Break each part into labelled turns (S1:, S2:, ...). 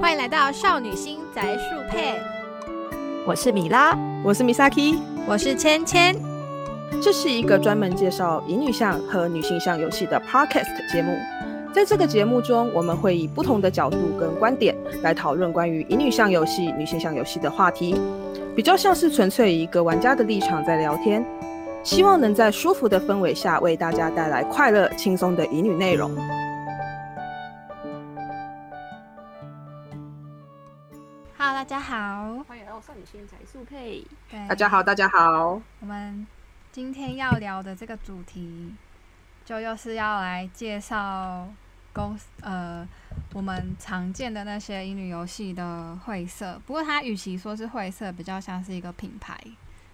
S1: 欢迎来到少女心宅树配，
S2: 我是米拉，
S3: 我是 Misaki，
S1: 我是芊芊。
S3: 这是一个专门介绍乙女向和女性向游戏的 Podcast 节目。在这个节目中，我们会以不同的角度跟观点来讨论关于乙女向游戏、女性向游戏的话题，比较像是纯粹以一个玩家的立场在聊天，希望能在舒服的氛围下为大家带来快乐、轻松的乙女内容。
S1: Hello，大家好，
S2: 欢迎来到少女心宅速配。
S1: 对，
S3: 大家好，大家好，
S1: 我们今天要聊的这个主题，就又是要来介绍公司呃我们常见的那些乙女游戏的会社。不过它与其说是会社，比较像是一个品牌，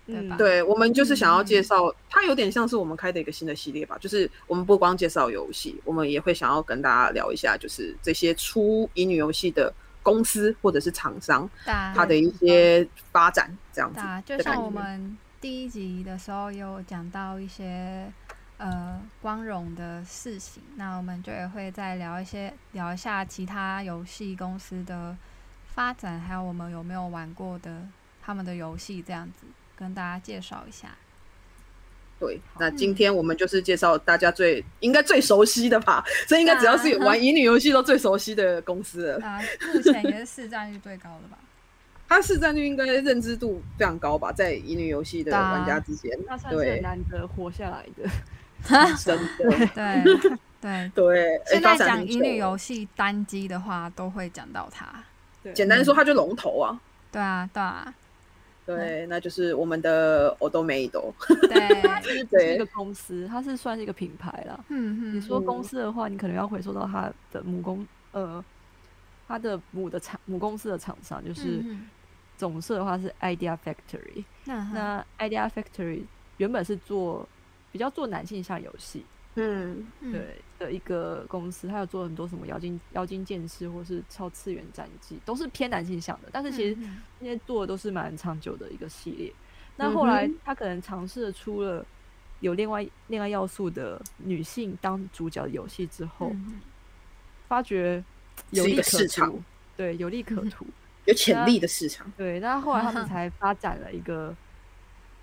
S1: 对吧？嗯
S3: 嗯对我们就是想要介绍，它有点像是我们开的一个新的系列吧，就是我们不光介绍游戏，我们也会想要跟大家聊一下，就是这些出乙女游戏的公司或者是厂商，
S1: 大
S3: 它的一些发展这样子
S1: 嗯对。啊，就
S3: 的感
S1: 像我
S3: 觉
S1: 们第一集的时候有讲到一些呃光荣的事情，那我们就也会再聊一些聊一下其他游戏公司的发展，还有我们有没有玩过的他们的游戏，这样子跟大家介绍一下。
S3: 对，那
S1: 嗯
S3: 今天我们就是介绍大家最应该最熟悉的吧，这应该只要
S1: 啊
S3: 是有 玩乙女游戏都最熟悉的公司了。
S1: 那啊目前也是市占率最高 的吧？
S3: 它市占率应该认知度非常高吧，在乙女游戏的
S1: 对啊
S3: 玩家之间，
S2: 那算是
S3: 对
S2: 很，难得活下来 的，
S3: 真的
S1: 对对，
S3: 对，哎
S1: 现
S3: 发
S1: 在
S3: 展
S1: 讲
S3: 很
S1: 乙
S3: 久
S1: 女游戏单机的话，都会讲到它。
S2: 对，
S3: 简单说，它就龙头啊。
S1: 对啊，对 啊，
S2: 嗯
S3: 对，那就是我们的 Odo m a d o
S1: 对，
S2: 它其实不是一个公司，它是算是一个品牌啦。
S1: 嗯
S2: 你
S1: 嗯，
S2: 说公司的话，你可能要回溯到它的母公呃，它的母的厂母公司的厂商，就是
S1: 嗯
S2: 总社的话是 Idea Factory。
S1: 嗯那
S2: 那 Idea Factory 原本是做比较做男性向游戏，
S3: 嗯，
S1: 嗯
S2: 对的一个公司，它有做很多什么妖精妖精剑士或是超次元战记，都是偏男性向的。但是其实
S1: 嗯嗯
S2: 那些做的都是蛮长久的一个系列。那后来
S3: 嗯
S2: 他可能尝试了出了有恋爱恋爱要素的女性当主角的游戏之后，
S1: 嗯
S2: 发觉有
S3: 是一
S2: 利
S3: 个
S2: 可
S3: 市场嗯
S2: 图，对，有利可图。
S3: 有潜力的市场。
S2: 对，那后 来他们才发展了一个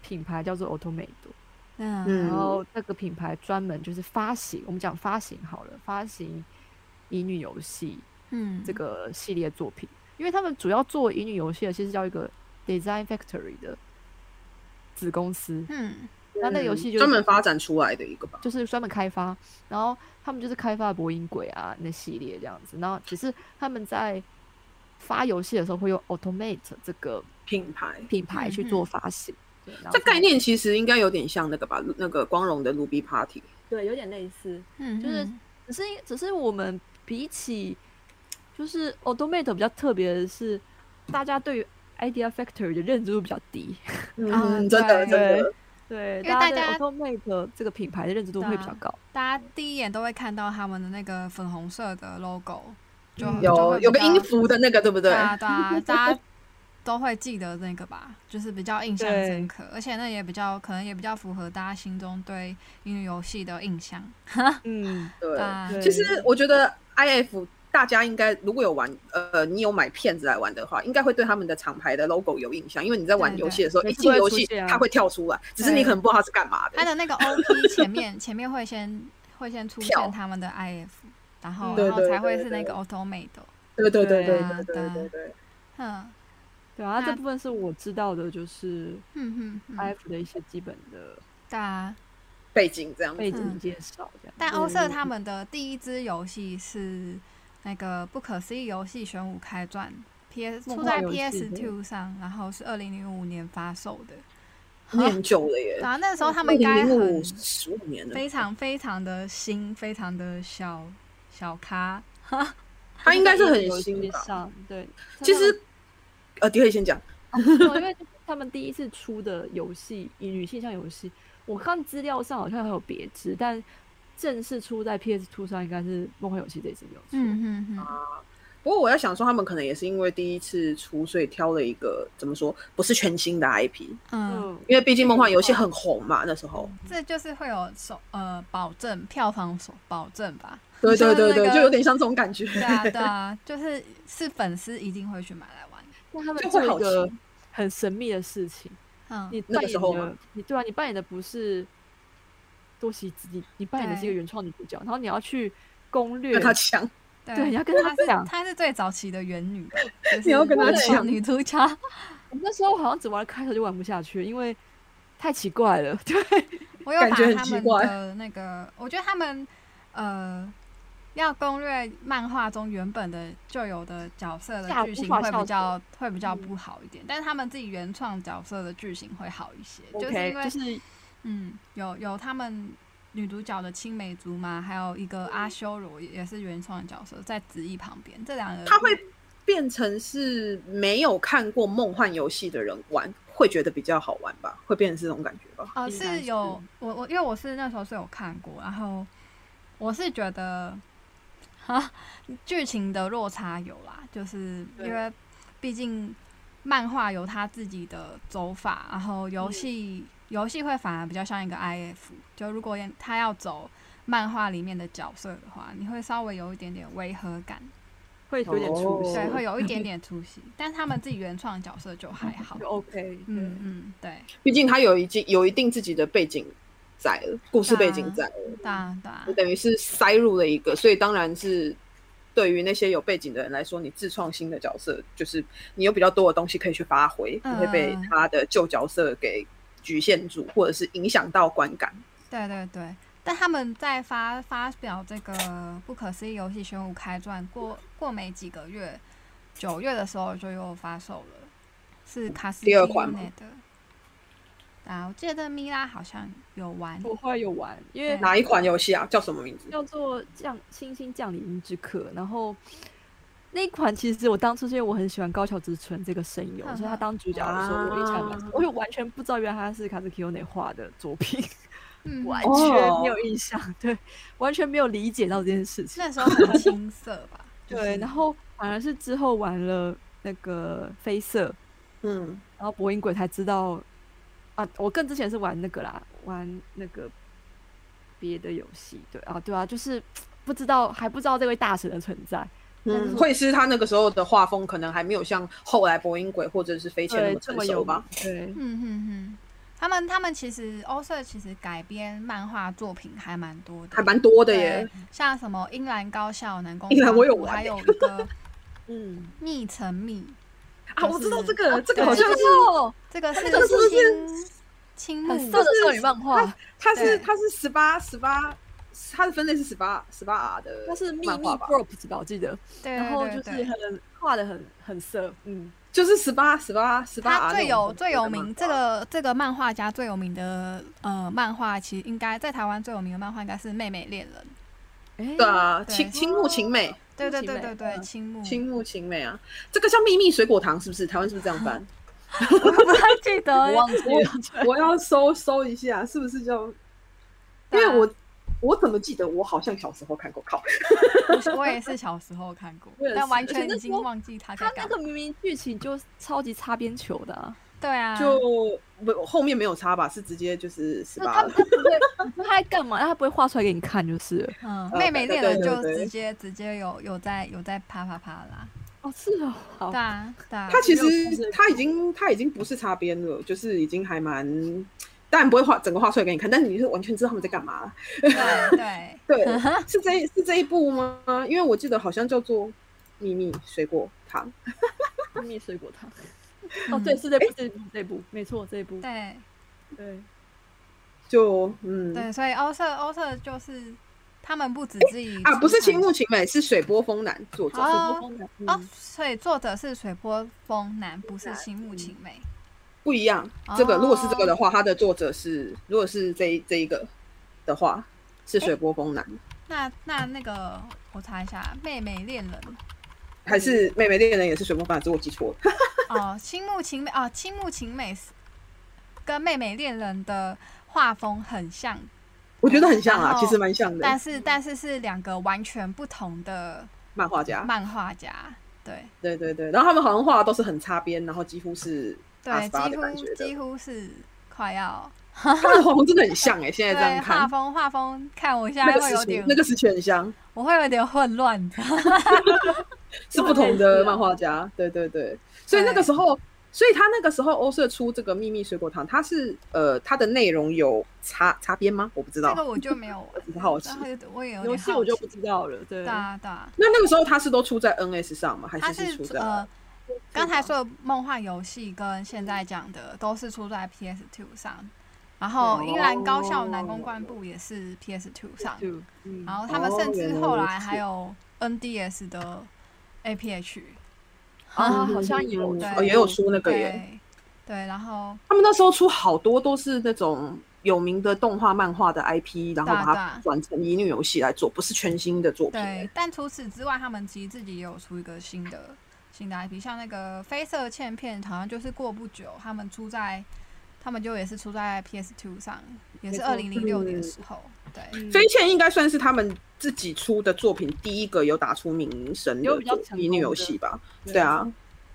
S2: 品牌叫做 Automate。
S1: 嗯
S2: 然
S3: 嗯
S2: 后那个品牌专门就是发行，我们讲发行好了，发行乙女游戏
S1: 嗯，
S2: 这个系列作品，因为他们主要做乙女游戏的，其实叫一个 Design Factory 的子公司，
S1: 嗯
S2: 啊那那个游戏就是
S3: 专门发展出来的一个吧。
S2: 就是专门开发，然后他们就是开发博音鬼啊那系列这样子，然后只是他们在发游戏的时候会用 Automate 这个
S3: 品牌，
S2: 品牌去
S1: 嗯
S2: 做
S1: 嗯
S2: 发行，对，然后
S3: 这概
S2: 才
S3: 念其实应该有点像那个吧，那个光荣的 Ruby Party。
S2: 对有点类似，
S1: 嗯，
S2: 就是
S1: 嗯
S2: 只是只是我们比起就是 Automate 比较特别的是，大家对于 Idea Factory 的认知度比较低，
S1: 啊
S3: 嗯，真的
S1: 对
S3: 真的，
S2: 对，
S1: 因为大
S2: 大家
S1: 家啊
S2: 对 Automate 这个品牌的认知度会比较高。
S1: 大家第一眼都会看到他们的那个粉红色的 logo，就
S2: 嗯
S1: 就
S3: 有
S1: 会比
S3: 有个
S1: 较
S3: 音符的那个，对不
S1: 对
S3: 对？
S1: 啊对 啊，大家都会记得那个吧，就是比较印象
S2: 对
S1: 深刻，而且那也比较可能也比较符合大家心中对英语游戏的印象。
S2: 嗯，
S3: 对
S1: 对。啊，
S2: 对
S3: 其实我觉得 IF 大家应该如果有玩，呃，你有买片子来玩的话，应该会对他们的厂牌的 logo 有印象，因为你在玩
S1: 对
S3: 游戏的时候，
S2: 对
S3: 一进游
S2: 每
S3: 戏
S2: 次都会出现啊
S3: 它会跳出来，只是
S1: 对
S3: 你可能不知道它是干嘛
S1: 它
S3: 的。
S1: 的那 个 OP 前面前面会先会先出
S3: 跳
S1: 现他们的 IF，然后
S3: 对
S1: 然后
S3: 对
S1: 才会
S3: 对
S1: 是那
S3: 对
S1: 个 automate 的。
S3: 对对对
S2: 对
S3: 对
S1: 啊
S3: 对对
S1: 对
S3: 对对。
S1: 嗯
S2: 对啊，
S1: 那
S2: 这部分是我知道的，就是
S1: 嗯嗯嗯，
S2: IF 的一些基本的
S1: 对啊。
S3: 背景这样
S2: 背
S3: 子。
S2: 景介绍，这样。
S1: 嗯但欧社
S3: 嗯
S1: 他 们的第一支游戏是那个《不可思议游戏玄武开传》，PS
S2: 梦
S1: 出
S2: 幻
S1: 在
S2: 游戏
S1: PS
S2: 对
S1: Two 上，然后是二零零五年发售的。
S3: 你很久了耶，
S1: 然后啊那时候他们应该很
S3: 零十五年了，
S1: 非常非常的新，非常的小小咖。
S3: 它应该是很
S2: 有一
S3: 新
S2: 些
S3: 吧？
S2: 上，对。
S3: 其实，呃，你可以先讲。
S2: 因 为他们第一次出的游戏，以女性向游戏，我看资料上好像还有别致，但正式出在 PS Two 上应该是《梦幻游戏》这一次没有出。
S1: 嗯嗯嗯，
S3: 不过我要想说，他们可能也是因为第一次出，所以挑了一个怎么说不是全新的 IP，
S1: 嗯，
S2: 嗯，
S3: 因为毕竟梦幻游戏很红嘛，那时候。
S1: 这就是会有首呃保证票房首保证吧。
S3: 对
S1: 你说
S3: 对对
S1: 的那
S3: 对，
S1: 个
S3: 就有点像这种感觉。
S1: 对啊对啊，就是是粉丝一定会去买来玩。
S2: 那他们
S3: 就
S2: 做
S3: 会好
S2: 一个
S3: 奇
S2: 很神秘的事情。
S1: 嗯，
S2: 你
S3: 那个
S2: 扮演
S3: 时候
S2: 的
S3: 吗
S2: 你对啊，你扮演的不是多喜子，你你扮演的是一个
S1: 对
S2: 原创女主角，然后你要去攻略
S3: 跟他抢，
S1: 对
S2: 对你要跟
S1: 她
S2: 他
S1: 是
S2: 讲
S1: 她是最早期的元 女吧，就是
S3: 啊你要跟她
S1: 原创
S3: 讲
S1: 女主 角。
S2: 我那时候好像只玩了开头就玩不下去，因为太奇怪了。对，
S1: 我有
S3: 感
S1: 把
S3: 觉很
S1: 他
S3: 奇
S1: 们
S3: 怪
S1: 的那个，我觉得他们呃要攻略漫画中原本的就有的角色
S2: 下
S1: 的剧情
S2: 无法
S1: 会
S2: 下
S1: 比
S2: 手
S1: 较会比较
S2: 嗯
S1: 不好一点，但是他们自己原创角色的剧情会好一些， 就是因
S2: OK，
S1: 为
S2: 就是
S1: 嗯有有他们女主角的青梅竹马，还有一个
S3: 嗯
S1: 阿修罗也也是原创的角色，在子毅旁边，这两个
S3: 他会变成是没有看过梦幻游戏的人玩，会觉得比较好玩吧？会变成是这种感觉吧？
S1: 呃，
S2: 应该
S1: 是有我我，因为我是那时候是有看过，然后我是觉得啊，剧情的落差有啦，就是
S3: 对
S1: 因为毕竟漫画有它自己的走法，然后游戏游戏会反而比较像一个 IF，就如果他要走漫画里面的角色的话，你会稍微有一点点违和感，
S2: 会有点
S3: 哦
S2: 出戏，
S1: 对，会有一点点出戏，但他们自己原创的角色就还 好
S2: 就，OK。
S1: 嗯嗯，对，
S3: 毕竟他有一定有一定自己的背景在了，故事背景在了，
S1: 当然当然
S3: 就。等于是塞入了一个，所以当然是。对于那些有背景的人来说，你自创新的角色，就是你有比较多的东西可以去发挥，不会被
S1: 嗯
S3: 他的旧角色给局限住，或者是影响到观感。
S1: 对对对，但他们在发发表这个《不可思议游戏玄武开传》过过没几个月，九月的时候就又发售了，是卡斯
S3: 第二款吗
S1: 内的。啊，我记得这米拉好像有玩，
S3: 哦
S2: 我后来有玩，因为
S1: 对
S3: 哪一款游戏啊？叫什么名字？
S2: 叫做《降星星降临之客》，然后那一款其实我当初是因为我很喜欢高桥直纯这个声优，
S1: 哼
S2: 所以他当主角的时候，我印象蛮深
S3: 啊
S2: 我就完全不知道原来他是卡斯基 o 内画的作品，
S1: 嗯，
S2: 完
S3: 哦
S2: 全没有印象， 对，完全没有理解到这件事情。
S1: 那时候很青涩吧？就是
S2: 对，然后反而是之后玩了那个绯色，
S3: 嗯，
S2: 然后博音鬼才知道啊，我更之前是玩那个啦，玩那个别的游戏，对啊，对啊，就是不知道还不知道这位大神的存在，但
S3: 嗯，
S2: 是
S3: 会师他那个时候的画风可能还没有像后来博音鬼或者是飞切那
S2: 对
S3: 么，
S2: 这
S3: 成
S2: 么
S3: 熟
S2: 有
S3: 吧？，
S2: 对，
S1: 嗯哼哼，他们他们其实欧社其实改编漫画作品还蛮多的，
S3: 还蛮多的
S1: 对
S3: 耶。，
S1: 像什么樱兰高校男工
S3: 樱兰
S1: 坊
S3: 我有
S1: 主
S3: 玩
S1: 还
S3: 耶
S1: 有一个
S2: 嗯，
S1: 逆城密，
S3: 啊，我知道这 个，这个
S1: 对
S3: 好像
S1: 就是
S2: 哦，
S1: 这个是
S3: 这个是不
S1: 青青木
S2: 很色的少女漫画，
S3: 它是
S1: 对
S3: 它是十八十八，它的分类是十八十八 R 的，
S2: 它是秘密
S3: 漫画吧？
S2: group 吧，我记得，
S1: 对，
S2: 然后
S1: 对
S2: 就
S1: 对
S2: 是很画的很很色，嗯，
S3: 就是十八十八十八 R
S1: 他
S3: 那
S1: 最
S3: 种
S1: 有
S3: 风格
S1: 最
S3: 的
S1: 有
S3: 漫
S1: 名，
S3: 画
S1: 这个哎这个漫画家最有名的呃漫画，其实应该在台湾最有名的漫画应该是《妹妹恋人》。
S2: 哎
S3: 对啊，
S1: 对哦
S3: 青青木晴美，
S1: 对对
S2: 青
S1: 对
S2: 梅
S1: 对对，
S2: 嗯
S1: 青木，
S3: 青木晴美啊，这个叫秘密水果糖是不是？台湾是不是这样 翻？
S1: 不太记得
S2: 我忘记了，
S3: 我要搜搜一下，是不是叫？因
S1: 啊
S3: 为我我怎么记得我好像小时候看过，靠，
S1: 我我也是小时候看过
S3: 我也，是
S1: 但完
S3: 而且
S1: 全
S2: 那
S1: 已
S2: 时
S1: 经
S2: 候
S1: 忘记他在
S2: 他
S1: 干
S2: 那
S1: 嘛。
S2: 个明明剧情就超级擦边球的、啊，
S1: 对啊，
S3: 就不后面没有插吧，是直接就是十
S2: 就他
S3: 八
S2: 们。他不会，他在干嘛？他不会画出来给你看就是了。
S1: 嗯，
S3: 呃
S1: 妹妹
S3: 对
S1: 恋
S3: 对
S1: 人
S3: 对
S1: 就
S3: 对
S1: 直接直接有有在有在啪啪啪啦。
S2: 哦，是哦，好
S1: 对，啊，对啊，
S3: 他其
S2: 没有看这
S3: 实
S2: 个
S3: 他已经他已经不是擦边了，就是已经还蛮，当然不会画整个画出来给你看，但你是完全知道他们在干嘛。
S1: 对 对，
S3: 对， 是这一是这一部吗？因为我记得好像叫做《秘密水果糖》，
S2: 蜂蜜水果糖。哦，
S1: 嗯
S2: 对，是这部，这部，这部，没错，这部，
S1: 对。
S2: 对，
S3: 就嗯
S1: 对，所以欧社欧社就是他们不止自己
S3: 啊，不是
S1: 出
S3: 青
S1: 产
S3: 木晴美，是水波丰男作者。
S1: 哦
S2: 水波风的，
S1: 哦
S2: 嗯，
S1: 所以作者是水波丰男，不是青
S3: 嗯
S1: 木晴美。
S3: 不一样。这个
S1: 哦
S3: 如果是这个的话，它的作者是如果是这一这一个的话，是水波
S1: 嗯
S3: 丰男，
S1: 那那那个我查一下，妹妹恋人
S3: 还是妹妹恋人也是水波丰男？只是我记错了。
S1: 哦，青木晴美哦，青木晴美是跟妹妹恋人的画风很像，
S3: 我觉得很像
S1: 然
S3: 啊，
S1: 后
S3: 其实蛮像
S1: 但
S3: 的。
S1: 是但是是两个完全不同的
S3: 漫画家，
S1: 漫画家。对
S3: 对对对，然后他们好像画的都是很擦边，然后几乎是
S1: 对，
S3: 88的感觉
S1: 几乎
S3: 的
S1: 几乎是快要
S3: 他们的红真的很像哎、现在这
S1: 对
S3: 样
S1: 画
S3: 看，
S1: 风画风，看我现
S3: 那
S1: 在
S3: 个
S1: 会有
S3: 时期
S1: 点，
S3: 那个时期很像，
S1: 我会有点混乱，你知道吗
S3: 是不同
S1: 啊
S3: 的漫画家。对对对，所以那个时候，所以他那个时候欧社出这个秘密水果糖，它是呃它的内容有擦擦边吗？我不知
S1: 这
S3: 道。
S1: 个我就没有玩，
S3: 只是好奇
S1: 然后有点我也有
S2: 游
S1: 点
S2: 戏
S1: 好
S2: 我就不
S1: 奇
S2: 知道了。对
S1: 对，啊对啊，
S3: 那那个时候它是都出在 NS 上吗？还
S1: 它
S3: 是出
S1: 是
S3: 在？
S1: 呃，刚才说的梦幻游戏跟现在讲的都是出在 PS Two 上，然后
S3: 哦
S1: 《樱兰高校南宫冠部》也是 PS Two 上，
S2: 就嗯
S1: 然后他们甚至
S3: 哦
S1: 后
S3: 原来
S1: 来
S3: 如此
S1: 还有 NDS 的 APH，
S2: 啊，好像有
S1: 对
S3: 哦，也有出那个耶。
S1: 对对，然后
S3: 他们那时候出好多都是那种有名的动画、漫画的 IP，然后
S1: 对啊对
S3: 把它
S1: 啊
S3: 转成乙女游戏来做，不是全新的作品。
S1: 对，但除此之外，他们其实自己也有出一个新的新的 IP，像那个《绯色倩片》，好像就是过不久，他们出在他们就也是出在 PS Two 上，也是
S2: 没
S1: 二
S2: 错
S1: 零零六年的时候，
S2: 嗯
S1: 对，
S3: 飞倩应该算是他们自己出的作品第一个有打出名声的
S2: 有比较
S3: 作
S2: 成
S3: 乙女
S2: 功
S3: 游
S2: 的
S3: 戏吧？对啊，，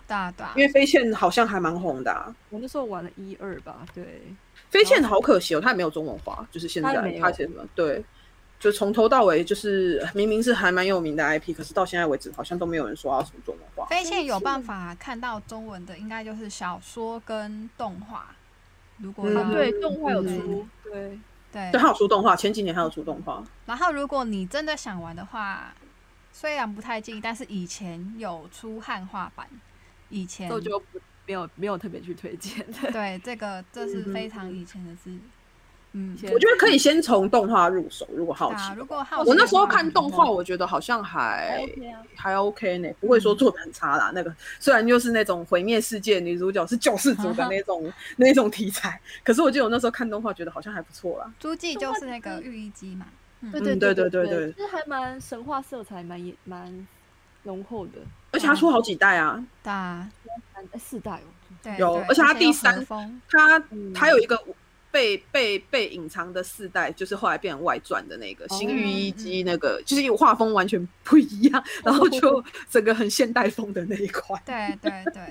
S1: 对啊对啊
S3: 因，为飞倩好像还蛮红的、啊。
S2: 我那时候玩了一二吧，对，
S3: 飞倩好可惜哦，她也没有中文化，就是现在
S2: 她也没有
S3: 她现在对，就从头到尾就是明明是还蛮有名的 IP，可是到现在为止好像都没有人说要出中文化。
S1: 飞线有
S2: 是
S1: 办法看到中文的，应该就是小说跟动画。如果
S3: 嗯
S1: 要、
S2: 啊对，动画有
S1: 嗯
S2: 出，对，
S1: 对
S3: 对，，还有出动画，前几年还有出动画。
S1: 然后如果你真的想玩的话，虽然不太建议，但是以前有出汉化版，以前
S2: 这就不没有没有特别去推荐的。
S1: 对，这个这是非常以前的字。嗯，
S2: 以前
S3: 我觉得可以先从动画入手，如果好
S1: 对
S3: 奇
S1: 啊，
S3: 的
S1: 如
S3: 话。
S1: 果好奇的话，
S3: 我那时候看动画，
S2: 嗯
S3: 我觉得好像还
S2: OK 啊
S3: 还 OK 呢，不会说做的很差啦。那个虽然就是那种毁灭世界，女主角是救世 主的那种那种题材，可是我记得我那时候看动画，觉得好像还不错啦。
S1: 诸暨就是那个御医姬嘛，
S2: 对
S1: 嗯
S2: 对
S3: 嗯对对
S2: 对
S3: 对
S2: 对，就是还蛮神话色彩蛮也蛮浓厚的，
S3: 而且他出好几代啊，
S1: 对啊，
S2: 蛮哎四代哦，
S1: 对，
S3: 有
S1: 对
S3: 而且它
S1: 有
S3: 第三
S1: 和风，
S3: 他
S2: 嗯
S3: 还有一个被被被隐藏的四代，就是后来变成外传的那个《
S1: 哦
S3: 新御
S1: 嗯
S3: 衣姬》，那个就是画风完全不一样，然后
S1: 哦
S3: 就整个很现代风的那一款。
S1: 对对对，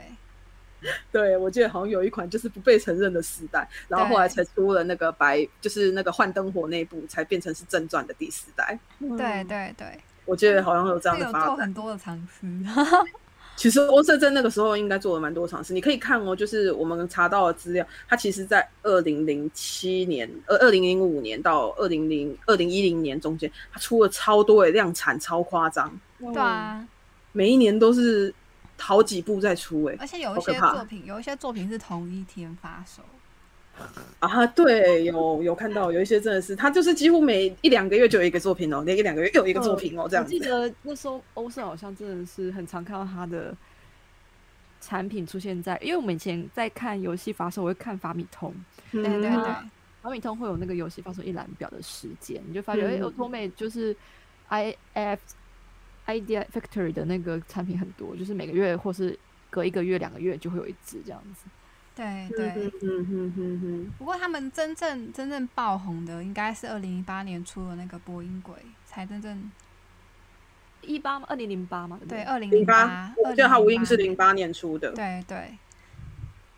S3: 对，我记得好像有一款就是不被承认的时代，然后后来才出了那个白，就是那个幻灯火那一部，才变成是正传的第四代。 嗯
S1: 对对对，
S3: 我记得好像有这样
S1: 会
S3: 的
S1: 有
S3: 发
S1: 做
S3: 展。嗯
S1: 很多的尝试，
S3: 其实欧社在那个时候应该做了蛮多尝试，你可以看哦，就是我们查到的资料，它其实在二零零七年、呃二零零五年到二零零二零一零年中间，它出了超多的量产，超夸张，
S1: 对，啊，
S3: 每一年都是好几部在出哎、
S1: 而且有
S3: 好
S1: 一
S3: 可
S1: 些
S3: 怕
S1: 作品，有一些作品是同一天发售，
S3: 啊，对，有有看到有一些真的是，他就是几乎每一两个月就有一个作品哦，那一两个月又有一个作品哦，这样
S2: 我记
S3: 子。
S2: 得那时候欧盛好像真的是很常看到他的产品出现在，因为我们以前在看游戏发售，我会看法米通，
S1: 对对
S3: 嗯
S1: 对，
S2: 法米通会有那个游戏发售一览表的时间，你就发觉哎
S3: 嗯，
S2: 欧多美就是 I F Idea Factory 的那个产品很多，就是每个月或是隔一个月、两个月就会有一支这样子。
S1: 对
S3: 嗯
S1: 对。
S3: 嗯嗯嗯嗯，
S1: 不过他们真正真正爆红的，应该是二零一八年出的那个《播音鬼》，才真正
S2: 一八二零零八嘛，对不
S1: 对
S2: 对，
S1: 二零
S3: 零
S1: 八
S3: 八，，我记得他无印是零，八年出的，
S1: 对对，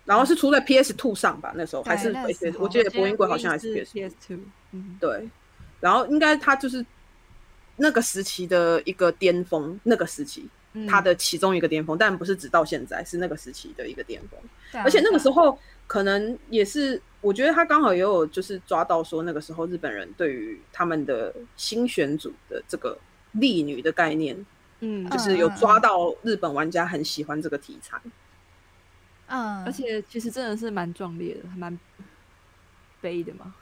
S3: 然后是出在 PS Two 上吧，那时候
S1: 对
S3: 还是
S1: 那时
S3: PS，
S1: 候
S3: 我记得博音鬼好像还是 PS，
S2: PS Two，嗯，
S3: 对，然后应该他就是那个时期的一个巅峰，那个时期
S2: 嗯
S3: 他的其中一个巅峰，但不是直到现在，是那个时期的一个巅峰。
S1: 对啊
S3: 而且那个
S1: 对啊
S3: 时候可能也是，我觉得他刚好也有就是抓到说那个时候日本人对于他们的新选组的这个丽女的概念，
S2: 嗯，
S1: 嗯
S3: 就是有抓到日本玩家很喜欢这个题材。
S1: 嗯，
S2: 而且其实真的是蛮壮烈的，还蛮悲的嘛。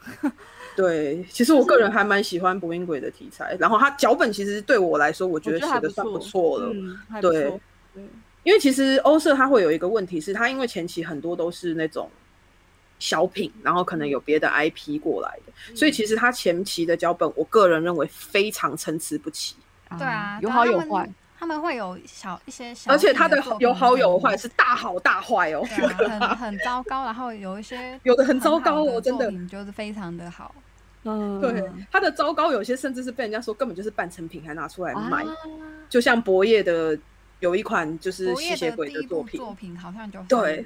S3: 对，其实我个人还蛮喜欢《博音鬼》的题材，然后他脚本其实对我来说，我觉
S2: 我
S3: 得
S2: 觉得
S3: 写
S2: 还
S3: 的
S2: 不
S3: 算不错
S2: 错
S3: 了。
S2: 嗯，还不
S3: 对
S2: 错。对，
S3: 因为其实欧社它会有一个问题是，它因为前期很多都是那种小品，然后可能有别的 IP 过来的，所以其实它前期的脚本，我个人认为非常参差不齐，
S2: 嗯
S1: 对啊，
S2: 有
S1: 对啊
S2: 好
S1: 他
S2: 有，坏
S1: 们。他们会有小一些小，
S3: 而且它的有好有坏
S1: 是，
S3: 是大好大坏哦，
S1: 对啊，很很糟糕，然后有一些
S3: 有的很糟糕
S1: 很好
S3: 哦，真
S1: 作
S3: 的。
S1: 品就是非常的好，
S2: 嗯，
S3: 对，它的糟糕有些甚至是被人家说根本就是半成品，还拿出来卖。
S2: 啊
S3: 就像博业的有一款就是
S1: 博
S3: 吸
S1: 业
S3: 血
S1: 的
S3: 鬼
S1: 第一
S3: 作
S1: 部
S3: 品，
S1: 作品好像就是
S3: 对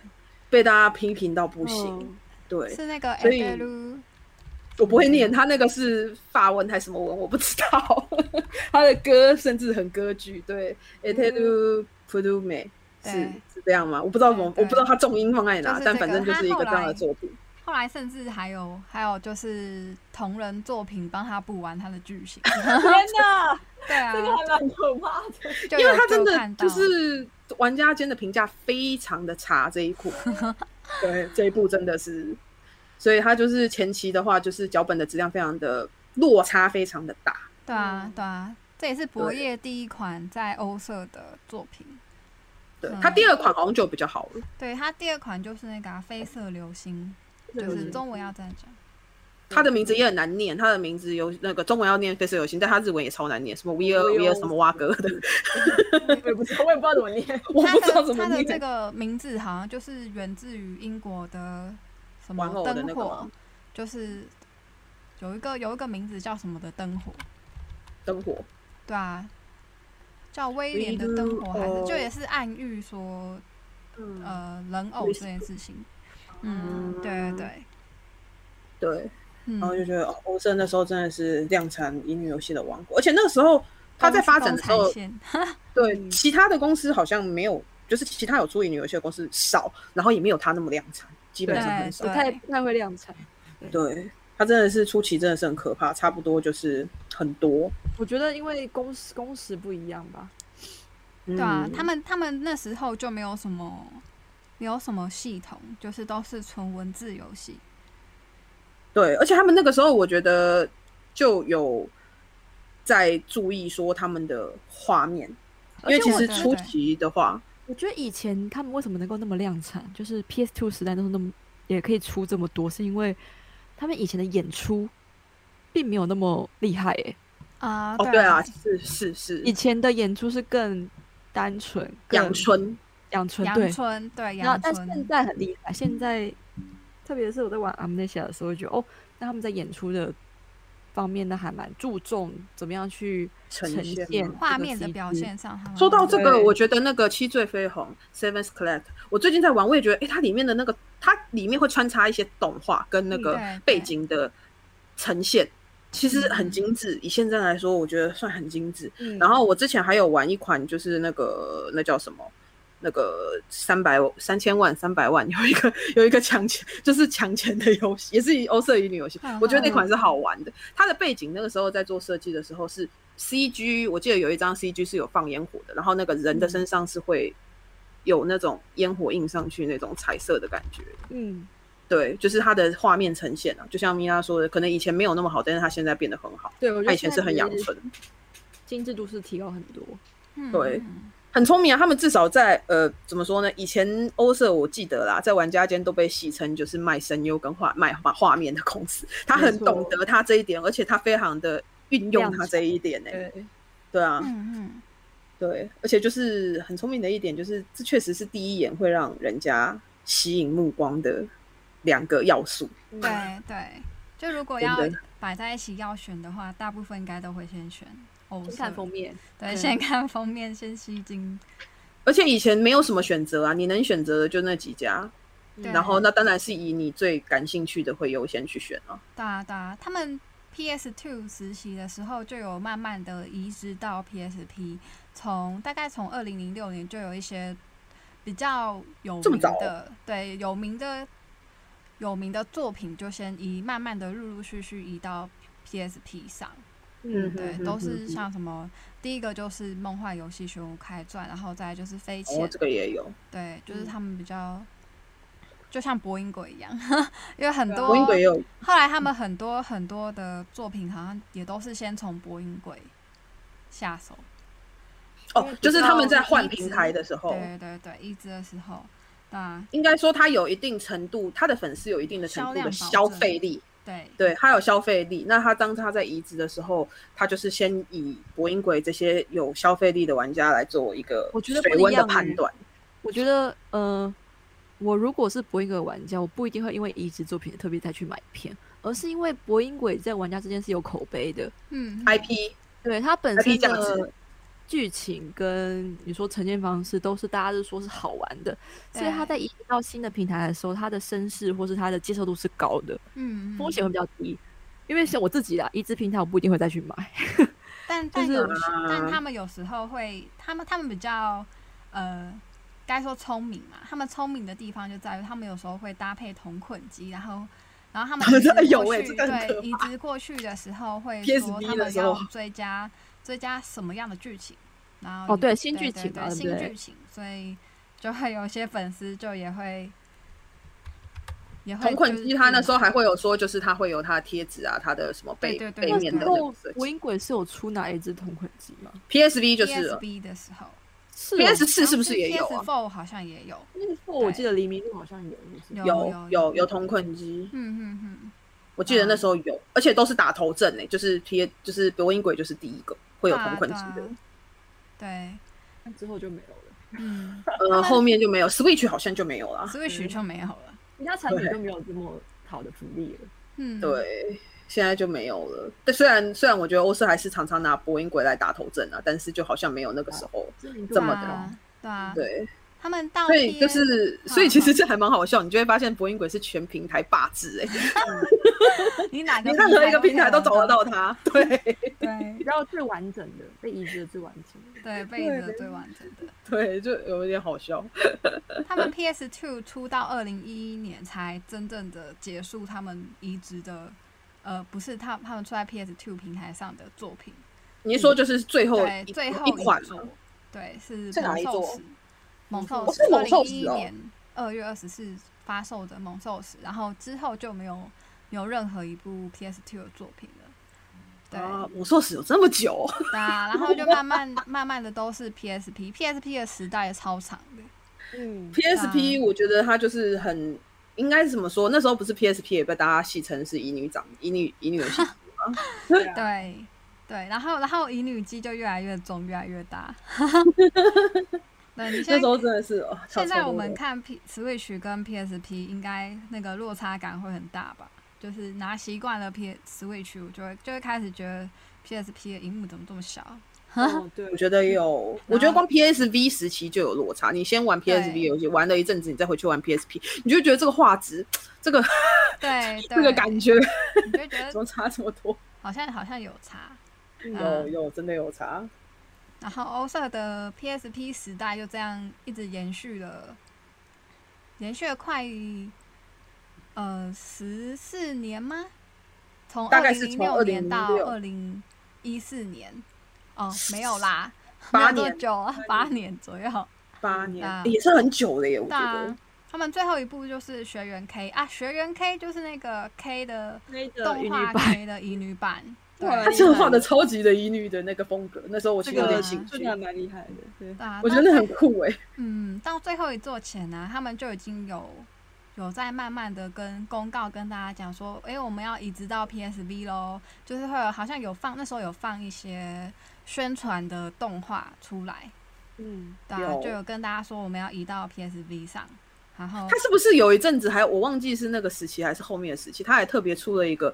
S3: 被大家批评到不行。
S2: 嗯
S3: 对，
S1: 是那个
S3: 所以
S1: Ebelu
S3: 我不会
S1: 嗯
S3: 念，他那个是法文还是什么文，我不知道。 他的歌甚至很歌剧，对 e t e l u p u d u m e 是
S1: 嗯对
S3: 是这样吗？我不知道怎么，
S1: 对
S3: 我
S1: 对
S3: 不知道他重音放在哪，
S1: 就是这个
S3: 但反正就是一个这样的作品。
S1: 后来甚至还有还有就是同人作品帮他补完他的剧 情，
S2: 嗯天哪，
S1: 对啊
S2: 这，个还蛮可怕的。
S1: 就
S3: 因为
S1: 有
S3: 他真
S1: 就
S3: 的
S1: 看到
S3: 就是玩家间的评价非常的差，这一 部，对这一部真的是，所以他就是前期的话，就是脚本的质量非常的落差非常的大，
S1: 对啊
S2: 嗯
S1: 对啊，这也是博
S3: 对
S1: 业第一款在欧社的作品。
S3: 对
S1: 嗯
S3: 他第二款好像就比较好了，
S1: 对，它第二款就是那个啊、绯色流星，
S2: 对
S1: 就是
S3: 嗯
S1: 中文要这样讲。
S3: 他的名字也很难念，他的名字有那个中文要念非色有心，但他日文也超难念，什么 we are we are 什么蛙哥的，
S2: 我也不知道，我也不知道怎么念。
S3: 我
S1: 它
S3: 不知道
S1: 的
S3: 怎么
S1: 它的这
S3: 念。
S1: 个名字好像就是源自于英国的什么
S3: 玩偶的那
S1: 灯
S3: 个
S1: 火
S3: 吗，
S1: 就是有一个有一个名字叫什么的灯火，
S3: 灯火，
S1: 对啊，叫威
S3: We
S1: 廉的灯火，还是
S3: do
S1: 就也是暗喻说
S3: 嗯，
S1: 呃人偶这件事情。嗯，对对对，
S3: 对，
S1: 嗯
S3: 然，后就觉得哦欧森那时候真的是量产乙女游戏的王国，而且那个时候他在发展的时
S1: 东
S3: 候
S1: 彩，线
S3: 对其他的公司好像没有，就是其他有出乙女游戏的公司少，然后也没有他那么量产，基本上很少
S2: 不。太不太会量产。
S3: 对，他真的是初期真的是很可怕，差不多就是很多。
S2: 我觉得因为工时工时不一样吧，
S3: 对
S1: 对啊，
S3: 嗯
S1: 他们他们那时候就没有什么没有什么系统，就是都是纯文字游戏。
S3: 对，而且他们那个时候，我觉得就有在注意说他们的画面，因为
S2: 而且
S3: 其
S2: 我
S3: 实
S1: 对
S3: 初
S1: 对
S3: 期的话，
S2: 我觉得以前他们为什么能够那么量产，就是 PS2 时代都是那么也可以出这么多，是因为他们以前的演出并没有那么厉害诶、
S1: 啊，
S3: 哦，对啊，，是是是
S2: 以，前的演出是更单纯、更
S3: 阳春，
S2: 养纯
S1: 阳
S2: 对，
S1: 春对
S2: 然后
S1: 阳
S2: 但现
S1: 春，
S2: 在很厉害，现在特别是我在玩 Amnesia 的时候，我觉得哦，那他们在演出的方面呢，还蛮注重怎么样去
S3: 呈
S2: 呈
S3: 现
S2: 现
S3: 嘛
S1: 画
S2: 这个
S1: 面的
S2: CG
S1: 表。现上，他们
S3: 说到这个，
S2: 对
S3: 我觉得那个《七醉飞鸿》（Seventh Clat），我最近在玩，我也觉得，诶，它里面的那个，它里面会穿插一些动画跟那个
S1: 嗯对
S3: 背景的呈现，其实很精致。以现在来说，我觉得算很精致。
S2: 嗯
S3: 然后我之前还有玩一款，就是那个那叫什么？那个三百三千万三百万有一个有一个抢钱，就是抢钱的游戏，也是欧瑟乙女游戏
S1: 嗯。
S3: 我觉得那款是好玩的。它的背景那个时候在做设计的时候是 CG，我记得有一张 CG 是有放烟火的，然后那个人的身上是会有那种烟火印上去那种彩色的感觉。
S2: 嗯，
S3: 对，就是它的画面呈现啊，就像米拉说的，可能以前没有那么好，但是它现在变得很好。
S2: 对，我
S3: 它
S2: 觉得
S3: 以前是很
S2: 养
S3: 养
S2: 成，
S3: 春。
S2: 精致度是提高很多。
S1: 嗯
S3: 对
S1: 嗯
S3: 很聪明啊，他们至少在呃怎么说呢？以前欧社我记得啦，在玩家间都被戏称就是卖声优跟画卖画画面的公司，他很
S2: 没错
S3: 懂得他这一点，而且他非常的运用他这一点呢、
S2: 对，
S3: 对啊，
S1: 嗯
S3: 对，而且就是很聪明的一点，就是这确实是第一眼会让人家吸引目光的两个要素。
S1: 嗯，对对， 就如果
S3: 真
S1: 要
S3: 的
S1: 摆在一起要选的话，大部分应该都会先选偶
S2: 先
S1: 像
S2: 看封，面，
S1: 对，
S2: 嗯
S1: 先看封面，先吸睛，
S3: 而且以前没有什么选择啊，你能选择的就那几家，
S2: 嗯
S1: 对
S3: 然后那当然是以你最感兴趣的会优先去选啊。
S1: 对啊对啊，他们 PS Two 实习的时候就有慢慢的移植到 PSP，从大概从二零零六年就有一些比较有
S3: 这么
S1: 名
S3: 早
S1: 的，对有名的有名的作品就先移，慢慢的陆陆续续移到 PSP 上。
S3: 嗯
S1: 对，
S3: 哼
S1: 都
S3: 哼
S1: 是
S3: 哼
S1: 像什么，第一个就是《梦幻游戏学武开传》，然后再来就是《飞
S3: 哦
S2: 啊
S1: 潜，》
S3: 这个也有。
S1: 对，就是
S2: 嗯
S1: 他们比较。就像播音鬼一样， 因为很
S2: 对啊
S1: 多
S3: 魔音鬼也有
S1: 后来他们很多很多的作品好像也都是先从播音鬼下手，
S2: 因为
S3: 哦，
S2: 不
S3: 就是
S2: 知道
S3: 他们在
S1: 移
S3: 换
S1: 植
S3: 平台的
S2: 哦
S3: 时候，
S1: 对对对，一直的时候，对啊
S3: 应该说他有一定程度，他的粉丝有一定的程
S1: 销
S3: 度
S1: 量
S3: 的
S1: 保证
S3: 消费力，
S1: 对
S3: 对他有消费力。那他当他在移植的时候，他就是先以博音鬼这些有消费力的玩家来做一个
S2: 我觉得不
S3: 水温
S2: 一
S3: 的
S1: 欸
S2: 样
S3: 判断。
S2: 我觉得，呃，我如果是博音鬼玩家，我不一定会因为移植作品特别再去买片，而是因为博音鬼在玩家之间是有口碑的，
S1: 嗯
S3: IP
S2: 对它本
S3: IP
S2: 身
S3: 价值
S2: 的剧情跟你说呈现方式都是大家都说是好玩的，所以它
S1: 对
S2: 在移植到新的平台的时候，它的声势或是它的接受度是高的，
S1: 嗯，嗯
S2: 风险会比较低。因为像我自己啦，移植平台我不一定会再去买。
S1: 但但
S2: 是
S1: 有
S3: 呃
S1: 时，
S3: 嗯
S1: 但他们有时候会，他们他们比较呃，该说聪明嘛。他们聪明的地方就在于，他们有时候会搭配同捆机，然后然后他们移植
S3: 真的有
S1: 过
S3: 欸
S1: 去
S3: 这个很可
S1: 对移植过去的时 候会说
S3: PSV
S1: 他
S3: 的
S1: 们
S3: 时
S1: 要
S3: 候
S1: 追加追加什么样的剧情，然后
S2: 哦，
S1: 你
S2: 对，新
S1: 对
S2: 剧
S1: 对
S2: 情
S1: 对
S2: 嘛，对
S1: 新
S2: 不对
S1: 剧情，所以就会有一些粉丝就也会。也会
S3: 同捆
S1: 就是
S3: 机他那时候还
S1: 嗯
S3: 会有说，就是他会有他的贴纸啊，他的什么背
S1: 对对对
S3: 背
S1: 对哦
S2: 那
S3: 面
S2: 时
S3: 的那
S2: 候
S3: 种设
S2: 火
S3: 计
S2: 影鬼是有出哪一只同捆机吗？
S3: PSV 就是了
S1: PSB 的时候，
S2: 是
S3: PS
S2: 哦
S3: 四是不是也有啊？
S1: ？PS4 好像也有，
S2: PS4 我记得黎明路好像有，是不是
S1: 有
S3: 有
S1: 有
S3: 有有同捆机，
S1: 嗯嗯嗯，
S3: 我记得那时候有，而且都是打头阵诶，就是贴就是博音鬼就是第一个会有同捆机
S1: 对
S3: 的
S1: 啊。对，
S2: 但之后就没有了，
S1: 嗯
S3: 呃，后面就没有，Switch 好像就没有了。
S1: ，Switch 就没有了。
S2: 其他产品
S3: 对
S2: 就没有这么好的福利了。
S1: 嗯，，
S3: 对，现在就没有了。但虽然虽然我觉得欧式还是常常拿播音鬼来打头阵啊，但是就好像没有那个时
S1: 嗯
S3: 候。
S2: 知名度
S3: 这么
S2: 很高
S1: 的，对啊，
S3: 对，
S1: 他们到
S3: 所以就
S1: PS
S3: 是，所
S1: 嗯
S3: 以其实这还蛮好笑，你就会发现播音鬼是全平台霸制哎、
S1: 你哪个
S3: 你任何一个平台都
S1: 找
S3: 找得到，它。对
S2: 比
S1: 对
S2: 较最完整的，被移植的最完整的。
S1: 对，被子的最完整的。
S3: 对，就有一点好笑。
S1: 他们 PS Two 出到二零一一年才真正的结束他们移植的，呃，不是他他们出在 PS Two 平台上的作品，
S3: 你一说就是最后
S1: 嗯对，
S3: 一
S1: 最后
S3: 一款嘛
S1: 座，对，是
S3: 在哪
S1: 猛
S3: 一
S1: 兽
S3: 座
S1: 石，猛兽
S3: 哦
S1: 石
S3: 是，猛兽
S1: 一
S3: 石哦
S1: 年二月二十四发售的猛兽石，然后之后就没有有任何一部 PS Two 的作品了。对，
S3: 啊，魔兽史有这么久，
S1: 对啊，然后就慢慢慢慢的都是 PSP，PSP 的时代超长的，
S2: 嗯，
S3: PSP，我
S1: 啊
S3: 觉得它就是很应该是怎么说？那时候不是 PSP 也被大家戏称是乙女长乙女乙女游戏机吗？啊
S1: 对对，然后然后乙女机就越来越重，越来越大。 对，你
S3: 那
S1: 现
S3: 时
S1: 在
S3: 候真的是哦，超
S1: 现在
S3: 超
S1: 我
S3: 多
S1: 们
S3: 的
S1: 看 P Switch 跟 PSP 应该那个落差感会很大吧？就是拿习惯了 P Switch，我就会就会开始觉得 PSP 的荧幕怎么这么 小？
S2: 哦对
S3: 我，觉得有，
S1: 嗯
S3: 我觉得光 PSV 时期就有落差。你先玩 PSV 游戏，玩了一阵子，你再回去玩 PSP，你就会觉得这个画质、这个
S1: 对，
S3: 这个
S1: 对
S3: 感觉
S1: 你就会觉
S3: 怎
S1: 得
S3: 么差这么多？
S1: 好像好像有差。
S2: 嗯
S3: 有有，真的有差。
S1: 然后欧社的 PSP 时代就这样一直延续了，延续了快呃十四年吗？从
S3: 大
S1: 二
S3: 概是
S1: 零零
S3: 从
S1: 六年到
S3: 2006
S1: 二零一四年，哦，没有啦，
S3: 八
S1: 没有多
S3: 年
S1: 久啊，八年左右。
S3: 八年、
S1: 啊
S3: 欸也是很久了耶，我
S1: 对
S3: 觉
S1: 啊
S3: 得。，
S1: 他们最后一部就是学员 K 啊，学员 K 就是那个 K 的
S2: 那个
S1: 动
S2: 云
S1: 画
S2: 女版
S1: K 的乙女版，对
S2: 哇
S3: 他真的画的超级的乙女的那个风格，那时候我其
S2: 这
S3: 实有
S2: 个
S3: 点
S1: 对啊
S3: 兴
S2: 这
S3: 趣
S2: 个，还蛮厉害的，对，
S1: 对啊，
S3: 我觉
S1: 那
S3: 得那很酷哎。
S1: 嗯，到最后一座前呢、他们就已经有有在慢慢的跟公告跟大家讲说，诶，我们要移植到 PSV 咯，就是会有好像有放那时候有放一些宣传的动画出来，
S2: 嗯，
S1: 对、啊，
S3: 有
S1: 就有跟大家说我们要移到 PSV 上，然后
S3: 他是不是有一阵子还我忘记是那个时期还是后面的时期，他还特别出了一个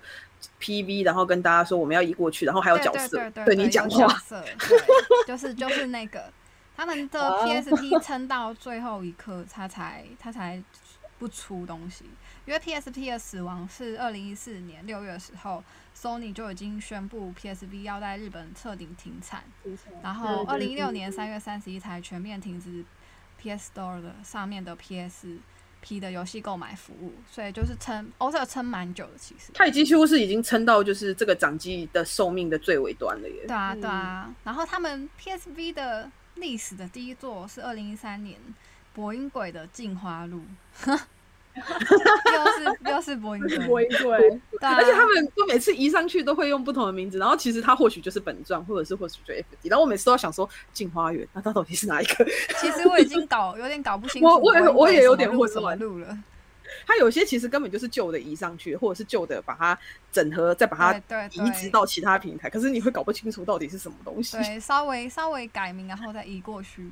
S3: PV，然后跟大家说我们要移过去，然后还有角色
S1: 对对对对
S3: 你
S1: 有
S3: 讲
S1: 角
S3: 话，
S1: 色，对就是就是那个他们的
S3: 哇哦
S1: PSP 撑到最后一刻，他才他才不出东西，因为 PSP 的死亡是二零一四年六月的时候，Sony 就已经宣布 PSP 要在日本彻底停产，然后二
S3: 对对
S1: 零一六年三月三十一才全面停止 PS Store 的上面的 PS。P 的游戏购买服务，所以就是撑，欧社撑蛮久的，其实。
S3: 他已经几乎是已经撑到就是这个掌机的寿命的最尾端了耶。
S1: 对啊，对
S2: 嗯
S1: 啊。然后他们 PSV 的历史的第一座是二零一三年博音鬼的进化 路，又是又是博音鬼，
S2: 对，
S1: 对啊
S3: 而且他们就每次移上去都会用不同的名字，然后其实他或许就是本传，或者是或许就 FD，然后我每次都要想说镜花园，那它到底是哪一个？
S1: 其实我已经搞 有点搞不清楚
S3: 我
S1: 博音鬼
S3: 我也我也有
S1: 什么
S3: 点
S1: 路
S3: 混
S1: 什么
S3: 乱
S1: 路了。
S3: 它有些其实根本就是旧的移上去，或者是旧的把它整合，再把它
S1: 对对对
S3: 移植到其他平台，可是你会搞不清楚到底是什么东西。
S1: 对，稍微稍微改名然后再移过去。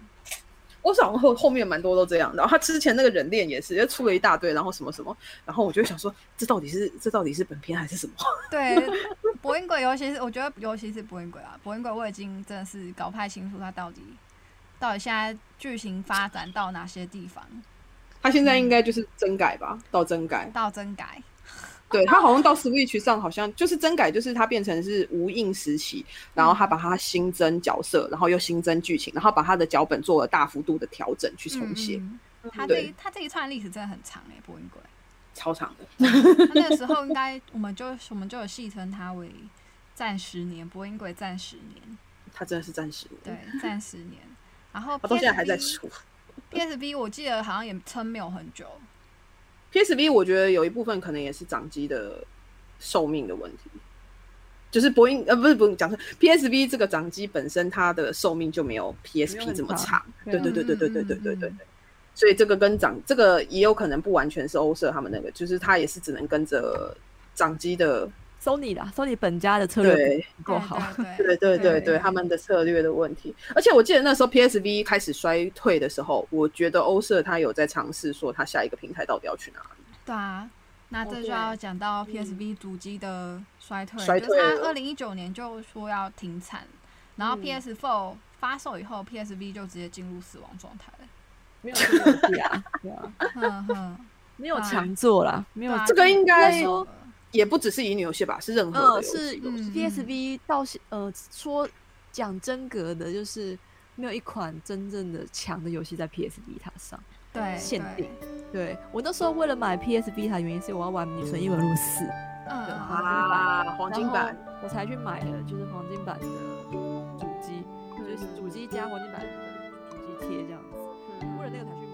S3: 我想后后面蛮多都这样。然后他之前那个人恋也是，就出了一大堆，然后什么什么，然后我就想说，这到底是这到底是本片还是什么？
S1: 对，博音鬼，尤其是我觉得，尤其是博音鬼啊，博音鬼我已经真的是搞不太清楚它到底到底现在剧情发展到哪些地方，
S3: 他现在应该就是真改吧，到真改。
S1: 到真改。
S3: 对他好像到 Switch 上好像就是真改，就是它变成是无印时期，然后他把它新增角色，然后又新增剧情，然后把他的脚本做了大幅度的调整去重写，
S1: 嗯嗯他
S3: 对
S1: 这他这一串历史真的很长哎、欸，播音鬼。
S3: 超长的。
S1: 他那个时候应该我们就我们就有戏称他为战十年，播音鬼战十年，
S3: 他真的是暂时，
S1: 对，战十年。然后
S3: 他到现在还在
S1: PSB
S3: 出。
S1: PSB 我记得好像也撑没有很久，
S3: PSB 我觉得有一部分可能也是掌机的寿命的问题，就是博音呃不是不是讲错，PSB 这个掌机本身它的寿命就没有 PSP 这么长，
S2: 没
S3: 对
S2: 有
S3: 对
S1: 很
S3: 对
S1: 长
S3: 对对对对
S1: 嗯嗯
S3: 对
S1: 嗯
S3: 对
S1: 嗯
S3: 所以这个跟掌这个也有可能不完全是欧社他们那个，就是它也是只能跟着掌机的
S2: Sony 的 Sony 本家的策略
S3: 对
S2: 不够好，
S1: 对对
S3: 对对对对他们的策略的问题。而且我记得那时候 PSB 开始衰退的时候，我觉得欧社它有在尝试说它下一个平台到底要去哪里。
S1: 对啊，那
S2: 哦
S1: 这就
S2: 对
S1: 要讲到
S2: 嗯
S1: PSB 主机的衰退，
S3: 衰
S1: 就
S3: 退
S1: 是它
S3: 了
S1: 二零一九年就说要停产，然后
S2: 嗯
S1: PS Four 发售以后，PSB 就直接进入死亡状态 了。
S2: 没有这个啊游戏啊，对啊，
S1: 哼哼，嗯
S2: 没有强做啦，没有
S1: 对啊
S3: 这个应该
S1: 就是
S2: 说
S3: 也不只是乙女游戏吧，是任何的游
S2: 呃，
S3: 戏
S2: 是
S1: 嗯
S2: PSV 到现呃说讲真格的，就是没有一款真正的强的游戏在 PSV 塔上。
S1: 对
S2: 限定
S1: 对，
S2: 对我那时候为了买 PSV 塔，原因是我要玩《女神异闻录四》，
S1: 嗯，
S3: 啊，黄金版，
S2: 我才去买了就是黄金版的
S3: 嗯
S2: 嗯主机，就是主机加黄金版的主机贴这样子，为了那个才去买。啊